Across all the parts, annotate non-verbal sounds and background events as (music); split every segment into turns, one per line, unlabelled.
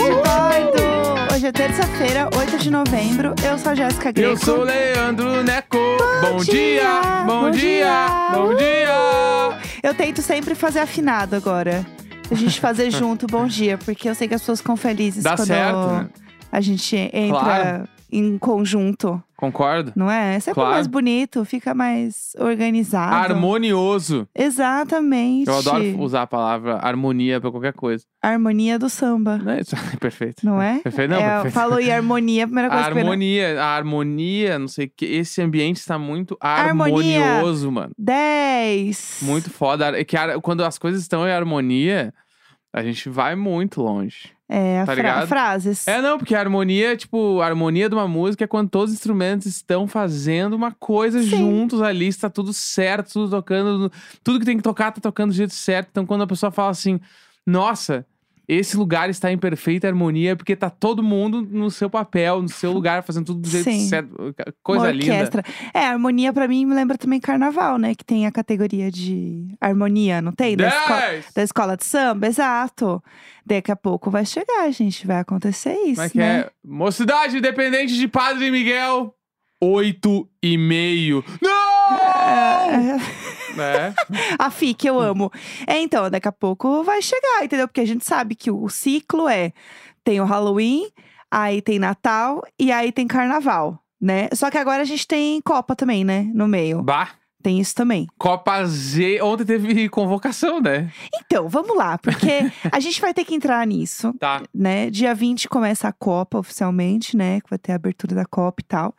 um Hoje é terça-feira, 8 de novembro. Eu sou a Jéssica Greco.
Eu sou o Leandro Neco. Bom, dia, bom dia, bom dia.
Eu tento sempre fazer afinado agora. A gente
(laughs)
fazer junto, bom dia, porque eu sei que as pessoas ficam felizes
Dá
quando
certo, né?
a gente entra
Claro.
em conjunto,
Concordo?
não é? É sempre
Claro.
mais bonito, fica mais organizado.
Harmonioso.
Exatamente.
Eu adoro usar a palavra harmonia pra qualquer coisa.
Harmonia do samba,
Não é isso? (laughs) É perfeito.
não é?
Perfeito, não,
É,
perfeito.
Falou em harmonia, a primeira
A
coisa que vem na-
harmonia, a harmonia, não sei o que. Esse ambiente está muito
Harmonia.
harmonioso, mano.
10.
Muito foda. É que a- quando as coisas estão em harmonia, a gente vai muito longe.
É, a
tá
fra-
ligado?
frases.
É, não, porque a harmonia, tipo, a harmonia de uma música é quando todos os instrumentos estão fazendo uma coisa
Sim.
juntos ali, está tudo certo, tudo tocando, no- tudo que tem que tocar tá tocando do jeito certo. Então, quando a pessoa fala assim, nossa, esse lugar está em perfeita harmonia, porque tá todo mundo no seu papel, no seu lugar, fazendo tudo do jeito
Sim.
certo.
Uma
Coisa linda.
orquestra. É, harmonia pra mim me lembra também carnaval, né? Que tem a categoria de harmonia, não tem? Da, esco-
Dez!
da escola de samba, exato. Daqui a pouco vai chegar, gente. Vai acontecer isso,
Como é que
né?
é? Mocidade independente de Padre Miguel, oito e meio. Não!
É,
né?
a FIC, eu amo. É, então, daqui a pouco vai chegar, entendeu? Porque a gente sabe que o ciclo é: tem o Halloween, aí tem Natal e aí tem Carnaval, né? Só que agora a gente tem Copa também, né? No meio.
Bah.
Tem isso também.
Copa Z. Ontem teve convocação, né?
Então, vamos lá, porque a gente vai ter que entrar nisso.
Tá.
né? Dia 20 começa a Copa oficialmente, né? Que vai ter a abertura da Copa e tal.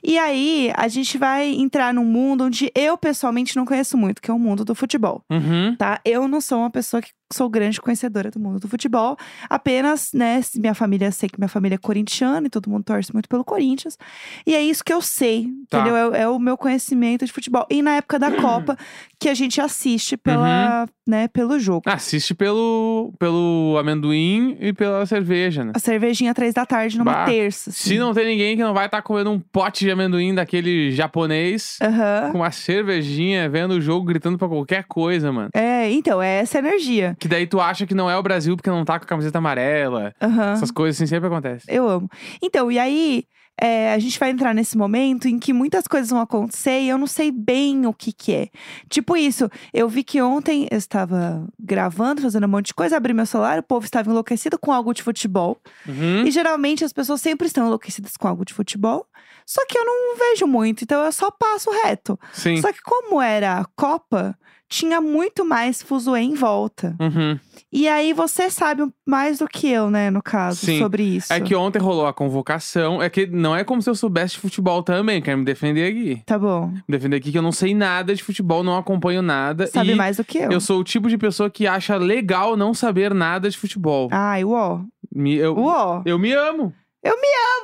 E aí, a gente vai entrar num mundo onde eu pessoalmente não conheço muito, que é o mundo do futebol,
Uhum.
tá? Eu não sou uma pessoa que sou grande conhecedora do mundo do futebol, apenas, né? se Minha família, sei que minha família é corintiana e todo mundo torce muito pelo Corinthians. E é isso que eu sei,
Tá.
entendeu? É, o- é o meu conhecimento de futebol. E na época da Copa, que a gente assiste pela, né, pelo jogo.
Assiste pelo, pelo amendoim e pela cerveja, né?
A cervejinha três da tarde numa
Bah.
terça. assim.
Se não tem ninguém que não vai estar comendo um pote de amendoim daquele japonês,
Aham.
com uma cervejinha, vendo o jogo, gritando pra qualquer coisa, mano.
É, então, é essa energia.
Que daí tu acha que não é o Brasil porque não tá com a camiseta amarela.
Aham.
Essas coisas assim sempre acontecem.
Eu amo. Então, e aí, é, a gente vai entrar nesse momento em que muitas coisas vão acontecer e eu não sei bem o que que é. Tipo isso, eu vi que ontem eu estava gravando, fazendo um monte de coisa, abri meu celular, o povo estava enlouquecido com algo de futebol.
Uhum.
E geralmente as pessoas sempre estão enlouquecidas com algo de futebol. Só que eu não vejo muito, então eu só passo reto.
Sim.
Só que como era a Copa, tinha muito mais fuzuê em volta.
Uhum.
E aí você sabe um, mais do que eu, né, no caso,
Sim.
sobre isso.
É que ontem rolou a convocação. É que não é como se eu soubesse de futebol também. Quero me defender aqui.
Tá bom.
Me defender aqui que eu não sei nada de futebol, não acompanho nada.
Sabe
e
mais do que eu.
Eu sou o tipo de pessoa que acha legal não saber nada de futebol.
Ai, uó.
Me- eu,
Uó.
eu me amo.
Tá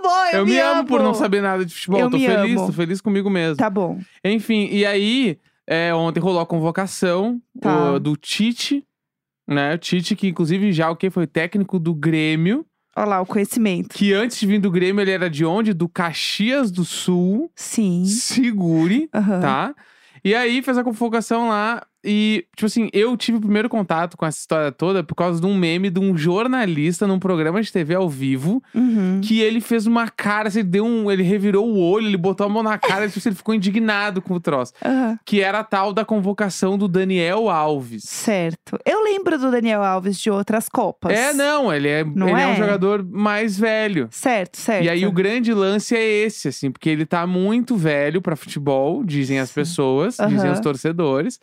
bom, eu,
me amo. por não saber nada de futebol.
Eu
tô
me
feliz,
amo.
tô feliz comigo mesmo.
Tá bom.
Enfim, e aí, é, ontem rolou a convocação
Tá.
o- do Tite, né? O Tite, que inclusive já o que foi técnico do Grêmio,
Olha lá, o conhecimento.
que antes de vir do Grêmio ele era de onde? Do Caxias do Sul.
Sim.
Segure.
Aham.
tá? E aí fez a convocação lá e, tipo assim, eu tive o primeiro contato com essa história toda por causa de um meme de um jornalista num programa de TV ao vivo
Uhum.
que ele fez uma cara, assim, ele deu um, ele revirou o olho, ele botou a mão na cara, tipo, assim, ele ficou indignado com o troço,
Aham.
que era a tal da convocação do Daniel Alves.
Certo. Eu lembro do Daniel Alves de outras Copas.
É, não, ele é,
Não
ele é um
é?
jogador mais velho.
Certo, certo.
E aí o grande lance é esse, assim, porque ele tá muito velho pra futebol, dizem as
Sim.
pessoas, dizem
Aham.
os torcedores,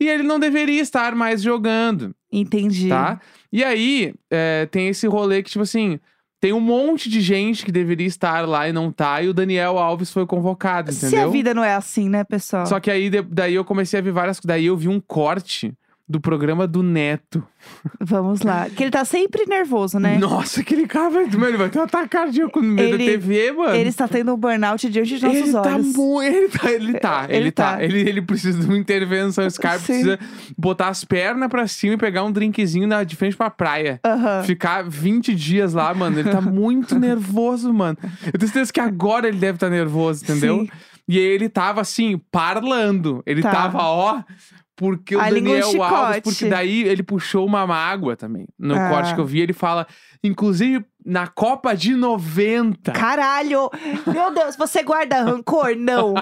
e ele não deveria estar mais jogando,
Entendi.
tá? E aí é, tem esse rolê que tipo assim tem um monte de gente que deveria estar lá e não tá, e o Daniel Alves foi convocado, entendeu?
Se a vida não é assim, né, pessoal?
Só que aí de- daí eu comecei a ver várias, daí eu vi um corte do programa do Neto.
Vamos lá. Que ele tá sempre nervoso, né?
Nossa, aquele cara, vai- mano, ele vai ter um ataque cardíaco no meio da
Ele-
TV, mano.
Ele está tendo um burnout diante de nossos
ele tá
olhos.
mu- ele tá, ele tá,
Ele
ele tá.
tá.
Ele, ele precisa de uma intervenção. Esse cara
Sim.
precisa botar as pernas pra cima e pegar um drinkzinho na, de frente pra praia.
Aham.
Ficar 20 dias lá, mano.
(laughs)
Ele tá muito nervoso, mano. Eu tenho certeza que agora ele deve estar nervoso, entendeu?
Sim.
E aí ele tava assim, parlando. Ele
Tá.
tava, ó, Porque o
Aí ele engoliu
Daniel
o
Alves,
chicote.
porque daí ele puxou uma mágoa também. No
Ah.
corte que eu vi, ele fala, inclusive na Copa de 90.
Caralho! Meu Deus, você guarda rancor? Não.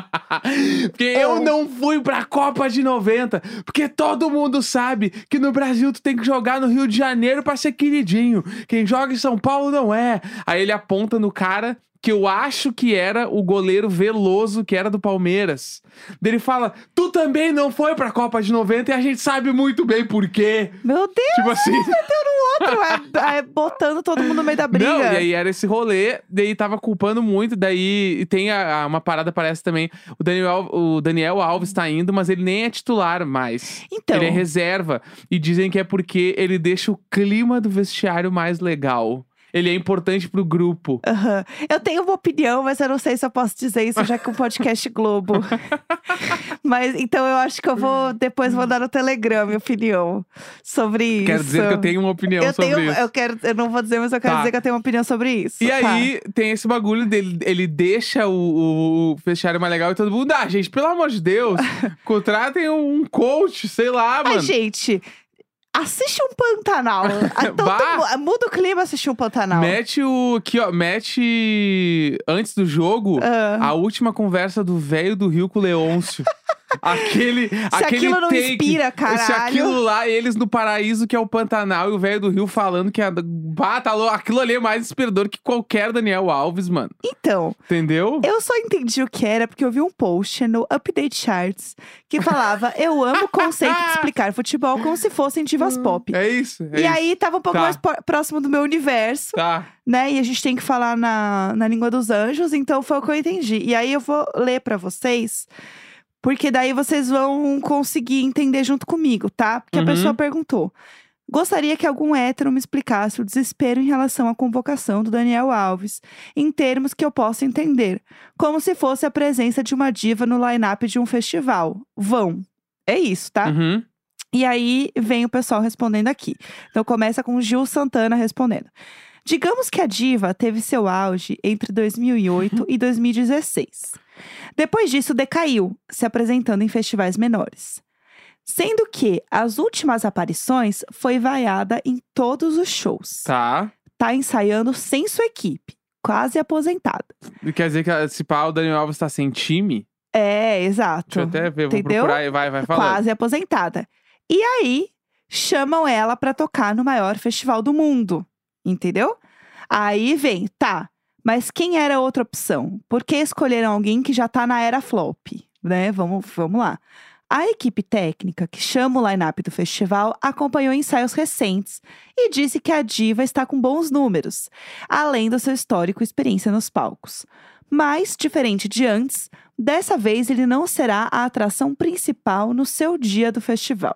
Porque eu não fui pra Copa de 90. Porque todo mundo sabe que no Brasil tu tem que jogar no Rio de Janeiro pra ser queridinho. Quem joga em São Paulo não é. Aí ele aponta no cara que eu acho que era o goleiro Veloso, que era do Palmeiras. Daí Ele fala: Tu também não foi pra Copa de 90 e a gente sabe muito bem por quê.
Meu Deus,
Tipo assim.
outro é, é botando todo mundo no meio da briga.
Não, e aí era esse rolê, daí tava culpando muito, daí e tem a- a- uma parada, parece também, o Daniel, o Daniel Alves tá indo, mas ele nem é titular mais.
Então,
Ele é reserva. E dizem que é porque ele deixa o clima do vestiário mais legal. Ele é importante pro grupo.
aham. eu tenho uma opinião, mas eu não sei se eu posso dizer isso, já que é um podcast
(laughs)
Globo. mas então eu acho que eu vou depois mandar no Telegram minha opinião sobre isso.
Quero dizer que eu tenho uma opinião
eu
sobre
tenho,
isso.
eu quero, eu não vou dizer, mas eu quero
Tá.
dizer que eu tenho uma opinião sobre isso.
E
Tá.
aí, tem esse bagulho dele, ele deixa o, o vestiário mais legal e todo mundo, ah, gente, pelo amor
(laughs)
de Deus, contratem um coach, sei lá,
Ai,
mano.
gente, assiste um
(laughs)
Pantanal. Ah, todo
Bah!
mu- muda o clima assistir um Pantanal.
Mete o. Aqui, ó. Mete. Antes do jogo,
Ah.
a última conversa do velho do Rio com
(laughs)
o Leôncio. aquele.
Se
aquele
aquilo não
take,
inspira, caralho.
Se aquilo lá, eles no paraíso, que é o Pantanal, e o velho do Rio falando que. A, bah, tá louco. Aquilo ali é mais inspirador que qualquer Daniel Alves, mano.
Então,
Entendeu?
eu só entendi o que era porque eu vi um post no Update Charts que
(laughs)
falava: Eu amo o conceito de explicar futebol como se fossem divas pop.
É isso. é
E
isso.
aí tava um pouco
Tá.
mais po- próximo do meu universo,
Tá.
né? E a gente tem que falar na, na língua dos anjos, então foi o que eu entendi. E aí eu vou ler pra vocês, porque daí vocês vão conseguir entender junto comigo, tá? Porque
Uhum.
a pessoa perguntou. Gostaria que algum hétero me explicasse o desespero em relação à convocação do Daniel Alves, em termos que eu possa entender, como se fosse a presença de uma diva no line-up de um festival. Vão. É isso, tá?
Uhum.
E aí vem o pessoal respondendo aqui. Então começa com Gil Santana respondendo. Digamos que a diva teve seu auge entre
Uhum.
2008 e 2016. Depois disso, decaiu, se apresentando em festivais menores. Sendo que as últimas aparições foi vaiada em todos os shows.
Tá.
Tá ensaiando sem sua equipe, quase aposentada.
Quer dizer que ah, se pá, o Daniel Alves tá sem time?
É, exato.
Deixa eu até ver, vou
Entendeu? Tá
procurar e vai, vai falando.
quase aposentada. E aí, chamam ela pra tocar no maior festival do mundo, entendeu? Aí vem, tá, mas quem era a outra opção? Por que escolheram alguém que já tá na era flop, né? Vamos, vamos lá. A equipe técnica que chama o line-up do festival acompanhou ensaios recentes e disse que a diva está com bons números, além do seu histórico e experiência nos palcos. Mas, diferente de antes, Dessa vez, ele não será a atração principal no seu dia do festival.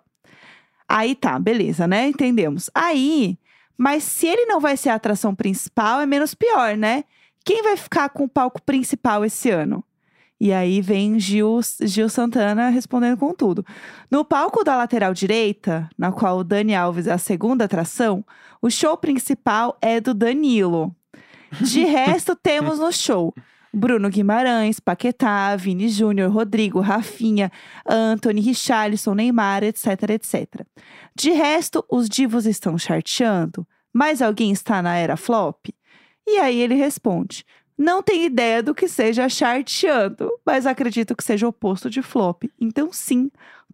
Aí tá, beleza, né? Entendemos. Aí, mas se ele não vai ser a atração principal, é menos pior, né? Quem vai ficar com o palco principal esse ano? E aí vem Gil, Gil Santana respondendo com tudo. No palco da lateral direita, na qual o Dani Alves é a segunda atração, o show principal é do Danilo. De resto, temos no show Bruno Guimarães, Paquetá, Vini Júnior, Rodrigo, Rafinha, Anthony, Richarlison, Neymar, etc, etc. De resto, os divos estão charteando, mas alguém está na era flop? E aí ele responde: Não tenho ideia do que seja charteando, mas acredito que seja o oposto de flop. Então, sim,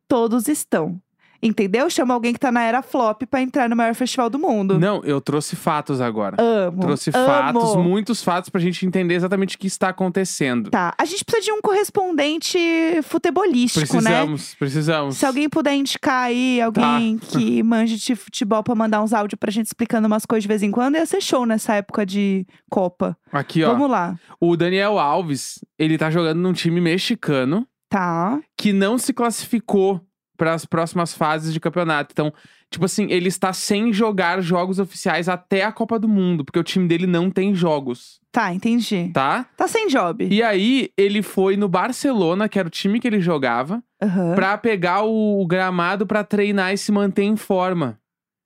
todos estão. Entendeu? Chama alguém que tá na era flop pra entrar no maior festival do mundo.
Não, eu trouxe fatos agora.
Amo.
Trouxe
amo.
fatos, muitos fatos, pra gente entender exatamente o que está acontecendo.
Tá. A gente precisa de um correspondente futebolístico, né?
precisamos, Tá. precisamos.
Se alguém puder indicar aí alguém
(laughs)
que manje de futebol pra mandar uns áudios pra gente explicando umas coisas de vez em quando, ia ser show nessa época de Copa.
Aqui, ó.
Vamos lá.
O Daniel Alves, ele tá jogando num time mexicano
Tá.
que não se classificou para as próximas fases de campeonato. Então, tipo assim, ele está sem jogar jogos oficiais até a Copa do Mundo, porque o time dele não tem jogos,
Tá, entendi.
tá?
Tá sem job.
E aí, ele foi no Barcelona, que era o time que ele jogava,
Aham.
pra pegar o, o gramado pra treinar e se manter em forma.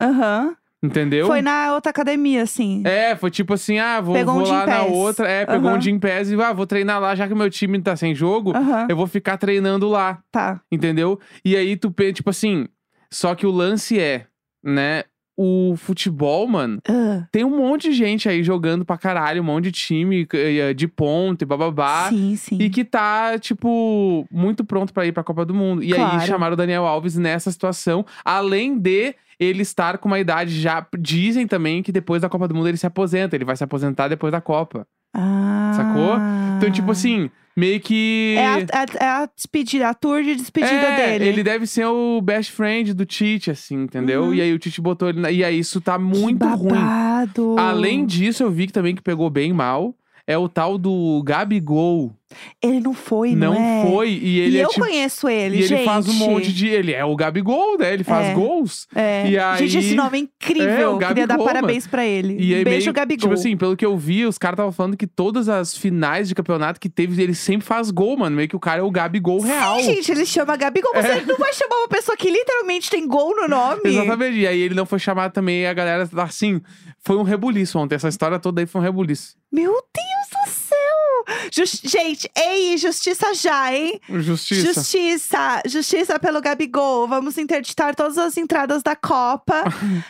Aham.
Entendeu?
Foi na outra academia, assim.
É, foi tipo assim, ah, vou,
Pegou um
vou
Gym
lá na
Pass.
outra. É, pegou
Aham.
um Jim Pass e ah, vou treinar lá, já que meu time tá sem jogo,
Aham,
eu vou ficar treinando lá,
tá.
entendeu? E aí tu pensa, tipo assim, só que o lance é, né? O futebol, mano,
Ah,
tem um monte de gente aí jogando pra caralho, um monte de time eh, de ponta e bababá.
Ah. sim, sim.
E que tá, tipo, muito pronto pra ir pra Copa do Mundo. E
Claro.
aí chamaram o Daniel Alves nessa situação, além de ele estar com uma idade já. Dizem também que depois da Copa do Mundo ele se aposenta, ele vai se aposentar depois da Copa.
Ah.
Sacou? Então, tipo assim, meio que.
É a, é- é a despedida, a tour de despedida
É,
dele.
Ele deve ser o best friend do Tite, assim, entendeu?
Uhum.
E aí o Tite botou ele. Na... E aí isso tá muito
que
ruim.
babado.
Além disso, eu vi que também que pegou bem mal. É o tal do Gabigol.
Ele não foi, não,
não
é?
foi. E ele
e
é
eu
tipo.
conheço ele,
e
gente.
ele faz um monte de. Ele é o Gabigol, né? Ele faz
É.
gols.
É.
E aí-
Gente, esse nome é
É,
incrível.
o
Queria dar
Gabigol,
parabéns pra ele. Um
E aí
Beijo,
meio-
Gabigol.
Tipo assim, pelo que eu vi, os caras estavam falando que todas as finais de campeonato que teve, ele sempre faz gol, mano. Meio que o cara é o Gabigol real. É.
Sim, gente, ele chama Gabigol. Você não vai chamar uma pessoa que literalmente tem gol no nome?
(laughs) Exatamente. E aí ele não foi chamado também, e a galera tá assim. Foi um rebuliço ontem. Essa história toda aí foi um rebuliço.
Meu Deus do céu! Jus- Gente, ei, justiça já, hein?
Justiça.
Justiça! Justiça pelo Gabigol. Vamos interditar todas as entradas da
(laughs)
Copa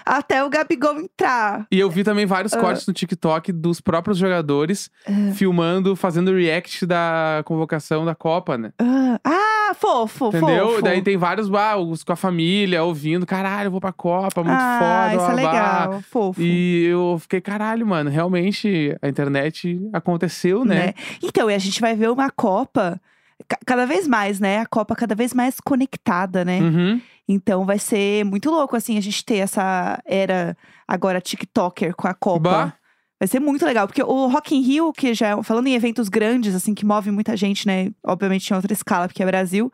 até o Gabigol entrar.
E eu vi também vários
Ah.
cortes no TikTok dos próprios jogadores filmando, fazendo react da convocação da Copa, né?
Ah, Ah, fofo,
Entendeu?
fofo.
Daí tem vários bah, os com a família ouvindo, caralho, eu vou pra Copa, muito
ah,
foda.
isso é
blá, blá".
legal, fofo.
E eu fiquei, caralho, mano, realmente a internet aconteceu, né?
né? Então, e a gente vai ver uma Copa ca- cada vez mais, né? A Copa cada vez mais conectada, né?
Uhum.
Então vai ser muito louco, assim, a gente ter essa era agora TikToker com a Copa.
Bah.
Vai ser muito legal, porque o Rock in Rio, que já, é- falando em eventos grandes, assim, que move muita gente, né? Obviamente em outra escala, porque é Brasil.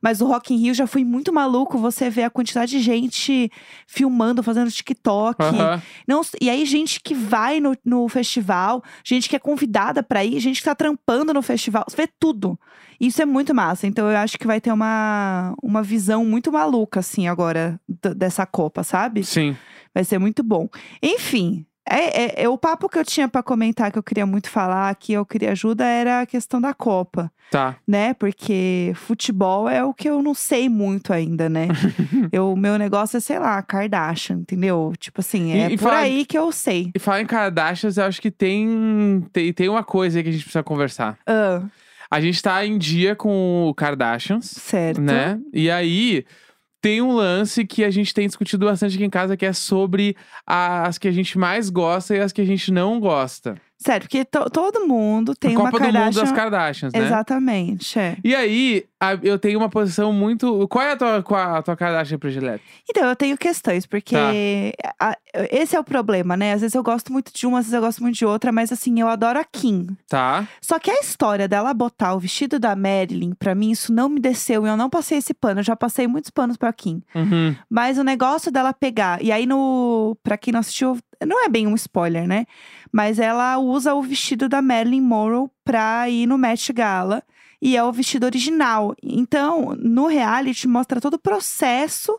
Mas o Rock in Rio já foi muito maluco você ver a quantidade de gente filmando, fazendo TikTok.
Aham.
Não, e aí, gente que vai no, no festival, gente que é convidada pra ir, gente que tá trampando no festival, você vê tudo. Isso é muito massa. Então, eu acho que vai ter uma, uma visão muito maluca, assim, agora, d- dessa Copa, sabe?
Sim.
Vai ser muito bom. Enfim, é, é- é o papo que eu tinha pra comentar, que eu queria muito falar, que eu queria ajuda, era a questão da Copa
Tá.
né? Porque futebol é o que eu não sei muito ainda,
(laughs)
né? eu, meu negócio é, sei lá, Kardashian, entendeu? Tipo assim, é
E- e
por
falar-
aí que eu sei.
E falar em Kardashians, eu acho que tem, tem, tem uma coisa aí que a gente precisa conversar.
Ah,
A gente tá em dia com o Kardashians,
certo.
né? E aí tem um lance que a gente tem discutido bastante aqui em casa, que é sobre a- as que a gente mais gosta e as que a gente não gosta.
Certo, porque to- todo mundo tem
a
uma
Copa do Mundo
Kardashian.
das Kardashians, né?
Exatamente, é.
E aí, a- eu tenho uma posição muito. Qual é a tua, qual a tua Kardashian predileta?
Então, eu tenho questões, porque
Tá.
a- esse é o problema, né? Às vezes eu gosto muito de uma, às vezes eu gosto muito de outra, mas assim, eu adoro a Kim.
Tá.
Só que a história dela botar o vestido da Marilyn, pra mim, isso não me desceu e eu não passei esse pano. Eu já passei muitos panos pra Kim.
Uhum.
Mas o negócio dela pegar. E aí, no. Pra quem não assistiu, não é bem um spoiler, né? Mas ela usa o vestido da Marilyn Monroe pra ir no Met Gala. E é o vestido original. Então, no reality, mostra todo o processo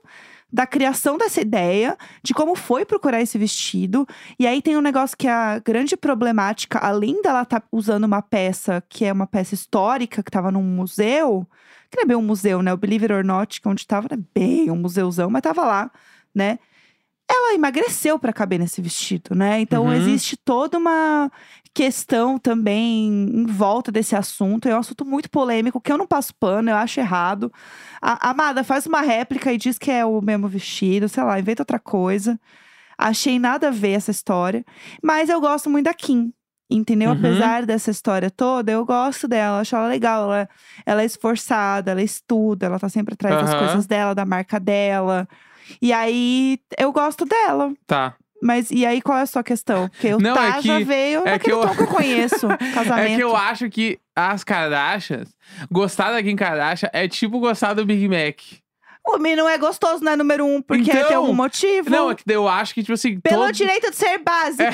da criação dessa ideia, de como foi procurar esse vestido. E aí tem um negócio que é a grande problemática, além dela estar usando uma peça que é uma peça histórica, que estava num museu, que não é bem um museu, né? O Believe It or Not, que é onde estava, não é bem um museuzão, mas estava lá, né? Ela emagreceu para caber nesse vestido, né? Então
Uhum.
existe toda uma questão também em volta desse assunto. É um assunto muito polêmico, que eu não passo pano, eu acho errado. A Amada faz uma réplica e diz que é o mesmo vestido, sei lá, inventa outra coisa. Achei nada a ver essa história. Mas eu gosto muito da Kim. Entendeu?
Uhum.
Apesar dessa história toda, eu gosto dela, acho ela legal. Ela, ela é esforçada, ela estuda, ela tá sempre atrás das
Aham.
coisas dela, da marca dela. E aí, eu gosto dela.
Tá.
Mas e aí, qual é a sua questão? Porque o
Não, é
Tá já
que-
veio
é
naquele
que eu-
tom que eu
(laughs)
conheço. Casamento.
É que eu acho que as Kardashians, gostar da Kim Kardashian é tipo gostar do Big Mac.
O menino não é gostoso, não é número um, porque
Então-
tem algum motivo.
(laughs) Não, é que eu acho que, tipo assim,
Pelo
todo-
direito de ser básica. Pelo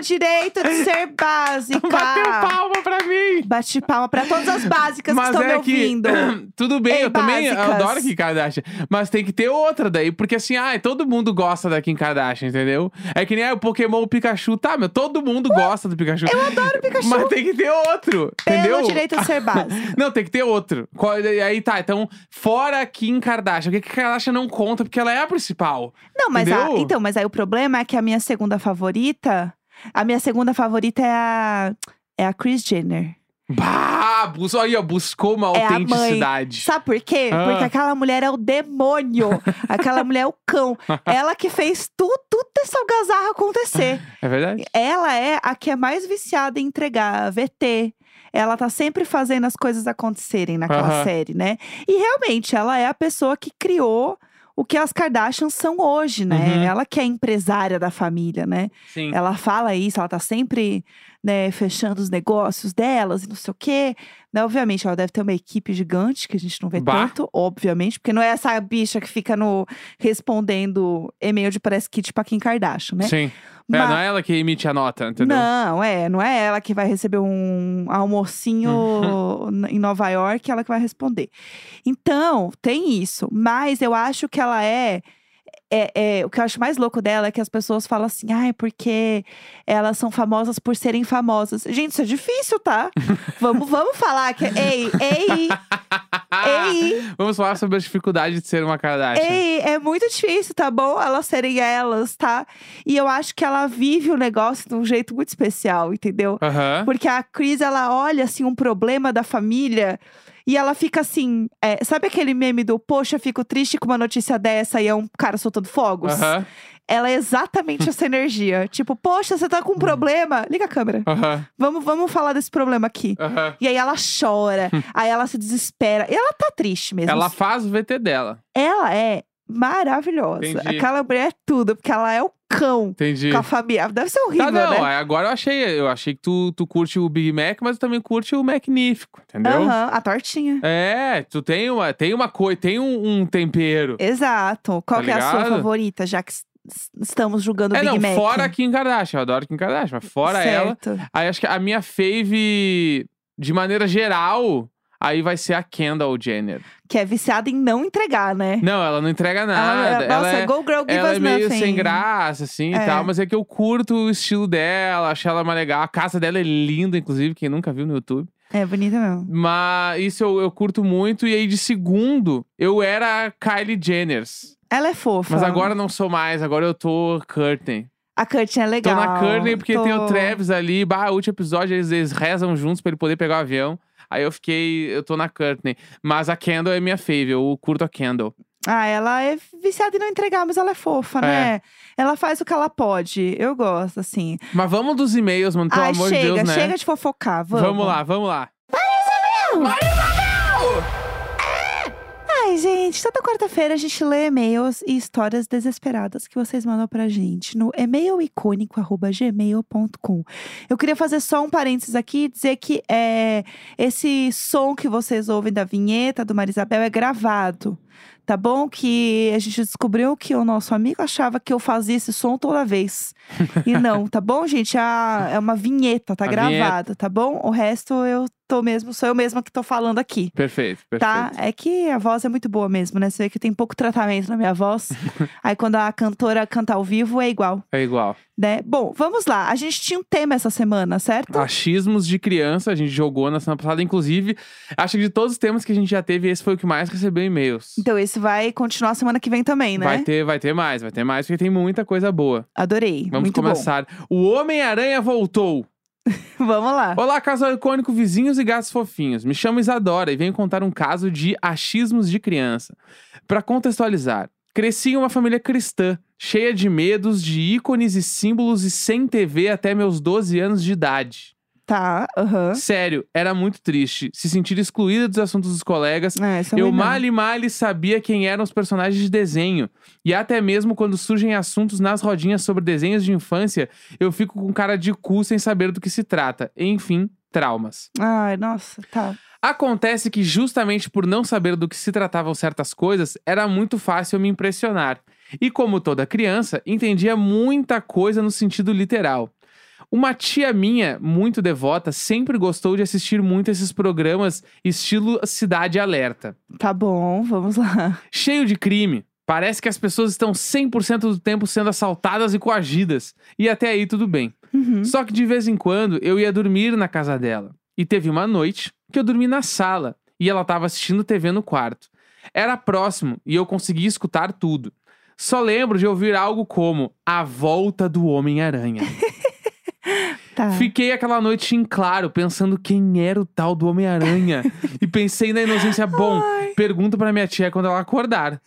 direito de ser básica.
(laughs) Bateu palma pra mim!
Bate palma pra todas as básicas
Mas
que estão
é
me
(clears throat)
ouvindo.
que. Tudo bem,
Ei,
eu também
básicas.
adoro a Kim Kardashian. Mas tem que ter outra daí, porque assim, ai, todo mundo gosta da Kim Kardashian, entendeu? É que nem ah, o Pokémon o Pikachu, tá, meu, todo mundo gosta do Pikachu. Eu adoro o
Pikachu.
Mas tem que ter outro, entendeu?
Pelo direito de ser
(laughs)
básica.
Não, tem que ter outro. Qual- E aí tá, então, fora a Kim Kardashian. Porque a Kardashian não conta, porque ela é a principal.
Não, mas a-
Entendeu?
então, mas aí o problema é que a minha segunda favorita, a minha segunda favorita é a é a Kris Jenner.
Bah, bus, olha, buscou uma
É a mãe.
autenticidade.
Sabe por quê?
Ah.
Porque aquela mulher é o demônio. aquela mulher é o
(laughs)
cão. Ela que fez tudo, tudo essa algazarra acontecer.
É verdade?
Ela é a que é mais viciada em entregar VT. Ela tá sempre fazendo as coisas acontecerem naquela
Aham.
série, né? E realmente, ela é a pessoa que criou o que as Kardashians são hoje, né?
Uhum. Hum.
Ela que é a empresária da família, né?
Sim.
Ela fala isso, ela tá sempre né, fechando os negócios delas e não sei o quê. Né, obviamente, ela deve ter uma equipe gigante, que a gente não vê
Bah.
tanto, obviamente, porque não é essa bicha que fica no respondendo e-mail de press kit pra Kim Kardashian, né?
Sim. É, não é ela que emite a nota, entendeu?
Não, é, não é ela que vai receber um almocinho n- em Nova York, ela que vai responder. Então, tem isso. Mas eu acho que ela é. é- é- o que eu acho mais louco dela é que as pessoas falam assim, ai, porque elas são famosas por serem famosas. Gente, isso é difícil, tá? vamos, vamos falar que. Ei, ei,
(laughs) Ah,
ei,
Vamos falar sobre a dificuldade de ser uma Kardashian.
ei, é muito difícil, tá bom? Elas serem elas, tá? E eu acho que ela vive o negócio de um jeito muito especial, entendeu?
Aham.
Porque a Cris, ela olha, assim, um problema da família e ela fica assim. é, sabe aquele meme do Poxa, fico triste com uma notícia dessa e é um cara soltando fogos?
Aham.
Ela é
(laughs)
exatamente essa energia. Tipo, Poxa, você
Hum.
tá com um problema? Liga a câmera.
Aham.
Vamos, vamos falar desse problema aqui.
Aham.
E aí ela chora,
(laughs)
aí ela se desespera. E ela tá triste mesmo.
Ela faz o VT dela.
Ela é maravilhosa.
Entendi.
Aquela mulher é tudo, porque ela é o cão
Entendi.
com a família. Deve ser horrível,
Tá, não,
né?
aí agora eu achei. Eu achei que tu, tu curte o Big Mac, mas tu também curte o Magnífico, entendeu?
Aham, a tortinha.
É, tu tem uma, tem uma coisa, tem um, um tempero.
Exato. Qual
Tá
que é a sua
ligado?
favorita, já que s- s- estamos julgando o
é,
Big
não,
Mac?
fora a Kim Kardashian, eu adoro Kim Kardashian, mas fora ela.
certo.
Aí acho que a minha fave, de maneira geral, aí vai ser a Kendall Jenner.
Que é viciada em não entregar, né?
Não, ela não entrega nada.
Ela,
Ela,
nossa,
é,
go girl, give
ela
us
é meio
nothing.
sem graça, assim
É.
e tal, mas é que eu curto o estilo dela, acho ela mais legal. A casa dela é linda, inclusive, quem nunca viu no YouTube.
É bonita mesmo.
Mas isso eu, eu curto muito. E aí, de segundo, eu era a Kylie Jenner.
Ela é fofa.
Mas agora não sou mais, agora eu tô Courtney.
A Curtin é
Tô
legal.
na Courtney porque tem
Tô-
o Travis ali. Bah, último episódio eles, eles rezam juntos pra ele poder pegar o avião. Aí eu fiquei, eu tô na Courtney. Mas a Kendall é minha fave, eu curto a Kendall.
Ah, ela é viciada em não entregar, mas ela é fofa, né? Ela faz o que ela pode. Eu gosto, assim.
Mas vamos dos e-mails, mano, pelo
Ai,
amor
Ah, chega,
de Deus, né?
chega de fofocar. Vamos.
Vamos lá, vamos lá.
Ai, gente, toda quarta-feira a gente lê e-mails e histórias desesperadas que vocês mandam pra gente no e-mailicônico.gmail.com. Eu queria fazer só um parênteses aqui e dizer que é, esse som que vocês ouvem da vinheta do Marisabel é gravado. Tá bom? Que a gente descobriu que o nosso amigo achava que eu fazia esse som toda
(laughs)
vez. E não, tá bom, gente? Ah, É uma vinheta, tá
A vinheta.
gravada, tá bom? O resto eu tô mesmo, sou eu mesma que tô falando aqui.
Perfeito, perfeito.
Tá? É que a voz é muito boa mesmo, né? Você vê que tem pouco tratamento na minha
(laughs)
voz. Aí quando a cantora canta ao vivo é igual,
É igual.
né? Bom, vamos lá. A gente tinha um tema essa semana, certo?
Ah. Achismos de criança, a gente jogou na semana passada. Inclusive, acho que de todos os temas que a gente já teve, esse foi o que mais recebeu e-mails.
Então esse vai continuar semana que vem também, né?
Vai ter, vai ter mais, vai ter mais, porque tem muita coisa boa.
Adorei.
Vamos
muito
começar. O Homem-Aranha voltou.
bom. (laughs) vamos lá.
Olá, casal icônico, vizinhos e gatos fofinhos. Me chamo Isadora e venho contar um caso de achismos de criança. Para contextualizar, cresci em uma família cristã, cheia de medos, de ícones e símbolos e sem TV até meus 12 anos de idade.
Tá, aham.
Sério, era muito triste. Se sentir excluída dos assuntos dos colegas.
É, essa
Eu
mãe não.
mal e mal sabia quem eram os personagens de desenho. E até mesmo quando surgem assuntos nas rodinhas sobre desenhos de infância, eu fico com cara de cu sem saber do que se trata. Enfim, traumas.
Ai, nossa, tá.
Acontece que, justamente por não saber do que se tratavam certas coisas, era muito fácil eu me impressionar. E como toda criança, entendia muita coisa no sentido literal. Uma tia minha, muito devota, sempre gostou de assistir muito esses programas estilo Cidade Alerta.
Tá bom, vamos lá. (laughs)
Cheio de crime, parece que as pessoas estão 100% do tempo sendo assaltadas e coagidas. E até aí tudo bem.
Uhum.
Só que de vez em quando eu ia dormir na casa dela. E teve uma noite que eu dormi na sala e ela estava assistindo TV no quarto. Era próximo e eu conseguia escutar tudo. Só lembro de ouvir algo como A Volta do Homem-Aranha.
Tá.
Fiquei aquela noite em claro, pensando quem era o tal do Homem-Aranha. e pensei na inocência, bom, pergunto pra minha tia quando ela acordar.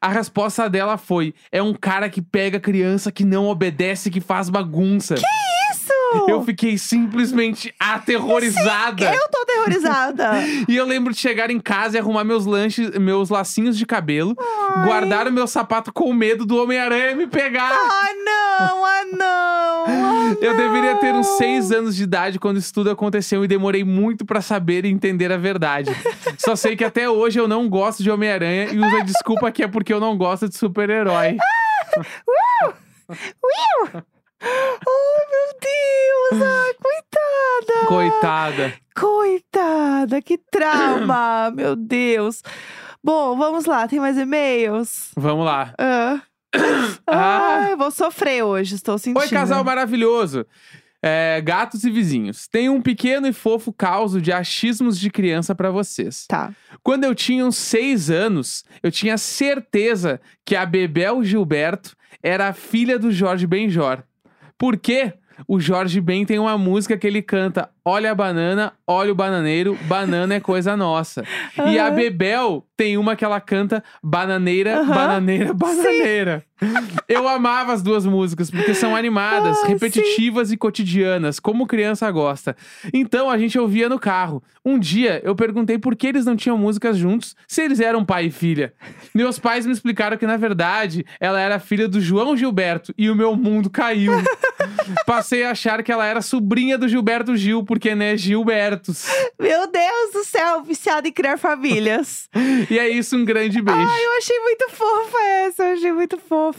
A resposta dela foi: é um cara que pega criança, que não obedece, que faz bagunça.
Isso!
Eu fiquei simplesmente aterrorizada.
Eu tô
(laughs)
aterrorizada.
E eu lembro de chegar em casa e arrumar meus lanches, meus lacinhos de cabelo, guardar o meu sapato com medo do Homem-Aranha me pegar.
ah, não! Ah, não! Ah,
Eu deveria ter uns
não.
seis anos de idade quando isso tudo aconteceu e demorei muito pra saber e entender a verdade. Só sei que até hoje eu não gosto de Homem-Aranha e uso a desculpa que é porque eu não gosto de super-herói.
Will! Oh, meu Deus! Ah, coitada!
Coitada.
Coitada! Que
(coughs)
trauma! meu Deus! Bom, vamos lá, tem mais e-mails?
Vamos lá.
Ah.
(coughs) Ah.
Ah, eu vou sofrer hoje, estou sentindo.
Oi, casal maravilhoso. É, gatos e vizinhos. Tenho um pequeno e fofo caso de achismos de criança pra vocês.
Tá.
Quando eu tinha uns seis anos, eu tinha certeza que a Bebel Gilberto era a filha do Jorge Benjor. Por quê? O Jorge Ben tem uma música que ele canta: Olha a banana, olha o bananeiro, banana é coisa nossa. E a
(laughs) Aham.
Bebel tem uma que ela canta: Bananeira,
Aham.
bananeira, bananeira. Eu amava as duas músicas, porque são animadas,
Ah,
repetitivas e cotidianas, como criança gosta. Então a gente ouvia no carro. Um dia eu perguntei por que eles não tinham músicas juntos, se eles eram pai e filha. Meus pais me explicaram que, na verdade, ela era filha do João Gilberto e o meu mundo caiu.
(laughs)
Passei a achar que ela era sobrinha do Gilberto Gil, porque né, Gilbertos.
Meu Deus do céu, viciado em criar
(laughs)
famílias.
E é isso, um grande beijo.
Ai, eu achei muito fofa essa, eu achei muito fofa.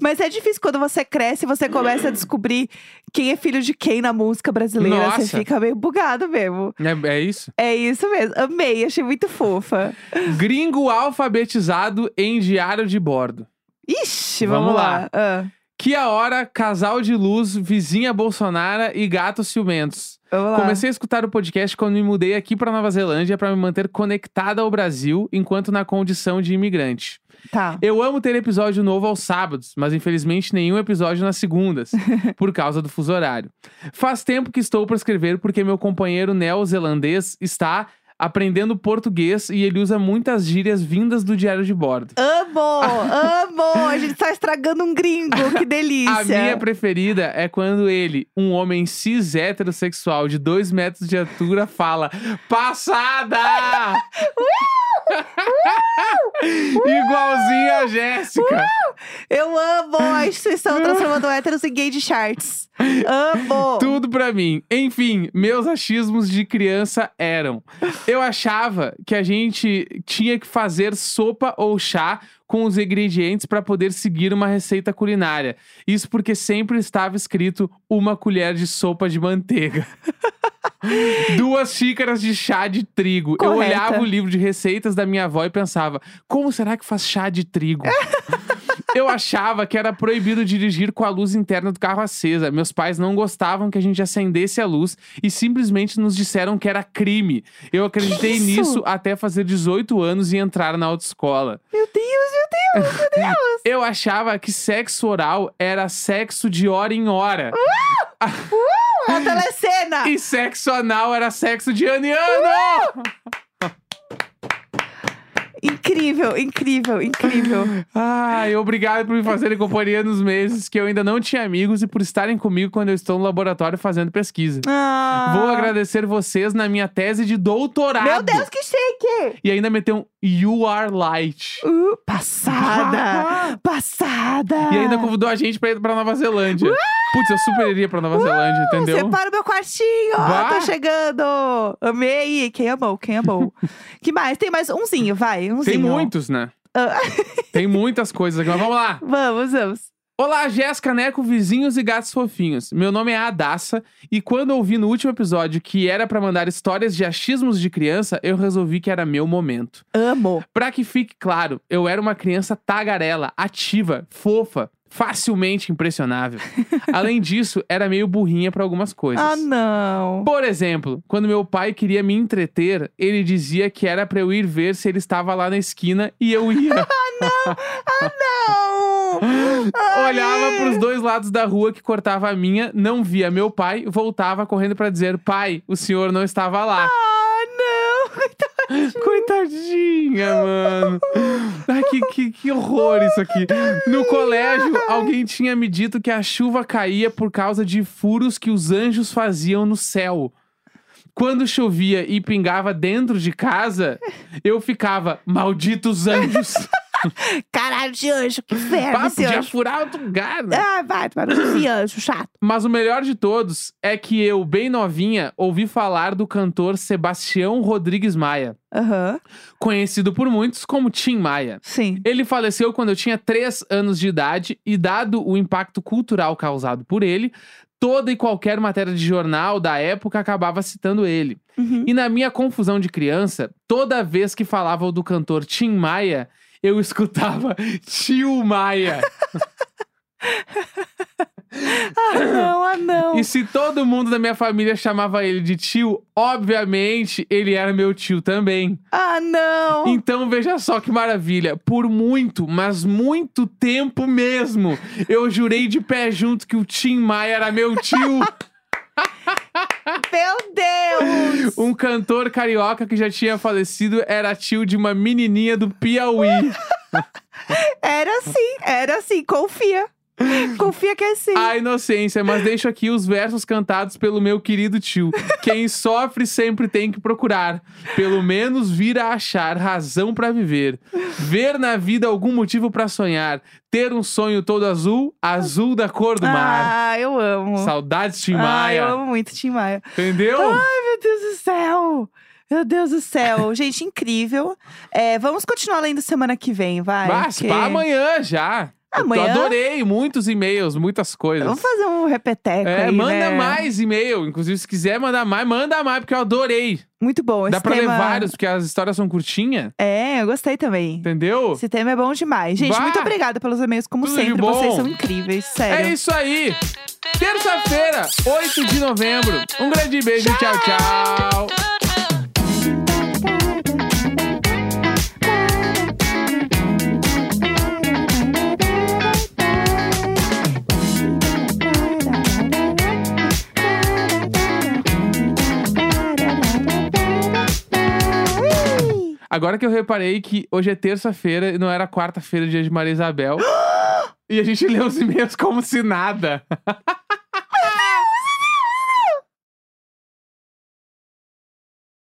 Mas é difícil quando você cresce e você começa a descobrir quem é filho de quem na música brasileira. Você
Nossa.
fica meio bugado mesmo.
É, é isso?
É isso mesmo. Amei, achei muito fofa.
Gringo alfabetizado em diário de bordo.
Ixi,
Vamos
vamos, lá. Ah,
Que a hora, casal de luz, vizinha Bolsonaro e gatos ciumentos.
vamos lá.
Comecei a escutar o podcast quando me mudei aqui para Nova Zelândia para me manter conectada ao Brasil enquanto na condição de imigrante.
Tá.
Eu amo ter episódio novo aos sábados, mas infelizmente nenhum episódio nas segundas, por causa do fuso horário. Faz tempo que estou para escrever porque meu companheiro neozelandês está aprendendo português e ele usa muitas gírias vindas do diário de bordo.
Amo, amo. A gente tá estragando um gringo, que delícia.
(laughs) A minha preferida é quando ele, um homem cis heterossexual de dois metros de altura, fala: Passada! (laughs) Igualzinho a Jéssica.
Eu amo a instituição transformando héteros em gay de charts.
(laughs)
Amo.
Tudo pra mim. Enfim, meus achismos de criança eram. Eu achava que a gente tinha que fazer sopa ou chá com os ingredientes pra poder seguir uma receita culinária. Isso porque sempre estava escrito uma colher de sopa de manteiga. (laughs) Duas xícaras de chá de trigo. Eu
Correta.
olhava o livro de receitas da minha avó e pensava: como será que faz chá de trigo? Eu achava que era proibido dirigir com a luz interna do carro acesa. Meus pais não gostavam que a gente acendesse a luz e simplesmente nos disseram que era crime. Eu acreditei
isso?
nisso até fazer 18 anos e entrar na autoescola.
Meu Deus, meu Deus, meu Deus.
Eu achava que sexo oral era sexo de hora em hora. (laughs)
Uma telecena.
E sexo anal era sexo de ano em ano!
Incrível, incrível,
(laughs)
incrível.
Ai, obrigado por me fazerem companhia nos meses que eu ainda não tinha amigos e por estarem comigo quando eu estou no laboratório fazendo pesquisa.
Ah.
Vou agradecer vocês na minha tese de doutorado.
Meu Deus, que chique!
E ainda meteu um You Are Light.
Uh,
(laughs)
passada! passada!
E ainda convidou a gente pra ir pra Nova Zelândia. Putz, eu super iria pra
Uh,
Nova Zelândia, entendeu?
Separa o meu quartinho! Ah,
Vá.
Tô chegando!
(laughs)
Amei! Quem amou, quem amou. que mais? Tem mais umzinho, vai. Umzinho.
Tem muitos, né?
Ah.
Tem muitas coisas aqui, mas vamos lá.
Vamos, vamos.
Olá, Jéssica Neco, vizinhos e gatos fofinhos. Meu nome é Adassa e quando eu ouvi no último episódio que era pra mandar histórias de achismos de criança, eu resolvi que era meu momento.
Amo.
Pra que fique claro, eu era uma criança tagarela, ativa, fofa,
(laughs)
facilmente impressionável. Além disso, era meio burrinha pra algumas coisas.
Ah, não.
Por exemplo, quando meu pai queria me entreter, ele dizia que era pra eu ir ver se ele estava lá na esquina e
(laughs)
eu ia.
Não!
Olhava pros dois lados da rua que cortava a minha, não via meu pai, voltava correndo pra dizer: "Pai, o senhor não estava lá".
(gasps) Ah, não! (laughs)
Coitadinha, mano. Ai, que, que, que horror isso aqui. No colégio, alguém tinha me dito que a chuva caía por causa de furos que os anjos faziam no céu. Quando chovia e pingava dentro de casa, eu ficava, malditos anjos.
Caralho de anjo, que inferno
Pá,
esse
podia
anjo.
furar outro lugar, né?
Ah, vai, tomar no cu, esse anjo chato.
Mas o melhor de todos é que eu, bem novinha, ouvi falar do cantor Sebastião Rodrigues Maia,
Aham,
conhecido por muitos como Tim Maia.
sim.
Ele faleceu quando eu tinha 3 anos de idade e, dado o impacto cultural causado por ele, toda e qualquer matéria de jornal da época acabava citando ele.
Uhum.
E na minha confusão de criança, toda vez que falavam do cantor Tim Maia, eu (laughs) escutava Tio Maia.
Ah, não, ah, não.
E se todo mundo da minha família chamava ele de tio, obviamente ele era meu tio também.
Ah, não.
Então veja só que maravilha. Por muito, mas muito tempo mesmo, eu jurei de pé junto que o Tim Maia era meu tio,
Meu Deus!
um cantor carioca que já tinha falecido, era tio de uma menininha do Piauí.
Era assim, era assim, confia. Confia que é assim.
A inocência, mas deixo aqui os versos cantados pelo meu querido tio. Quem sofre sempre tem que procurar, pelo menos vir a achar razão pra viver. Ver na vida algum motivo pra sonhar, ter um sonho todo azul, azul da cor do mar.
Ah, eu amo.
Saudades, Tim
Ah,
Maia.
eu amo muito Tim Maia.
Entendeu?
Ai, meu Deus do céu! Meu Deus do céu, gente, incrível. É, vamos continuar lendo semana que vem, vai.
Mas
porque-
pra amanhã já.
Amanhã?
Eu adorei muitos e-mails, muitas coisas.
Vamos fazer um repeteco
É,
aí,
manda
né?
mais e-mail. Inclusive, se quiser mandar mais, manda mais, porque eu adorei.
Muito bom.
Dá
esse
pra ler
tema-
vários, porque as histórias são curtinhas.
É, eu gostei também.
Entendeu?
Esse tema é bom demais. Gente,
Bah!
muito obrigada pelos e-mails, como
Tudo de
sempre.
bom.
Vocês são incríveis, sério.
É isso aí. Terça-feira, 8 de novembro. Um grande beijo. Tchau, tchau. Agora que eu reparei que hoje é terça-feira e não era
(gasps)
é quarta-feira, dia de Maria Isabel. e a gente leu os e-mails como se nada.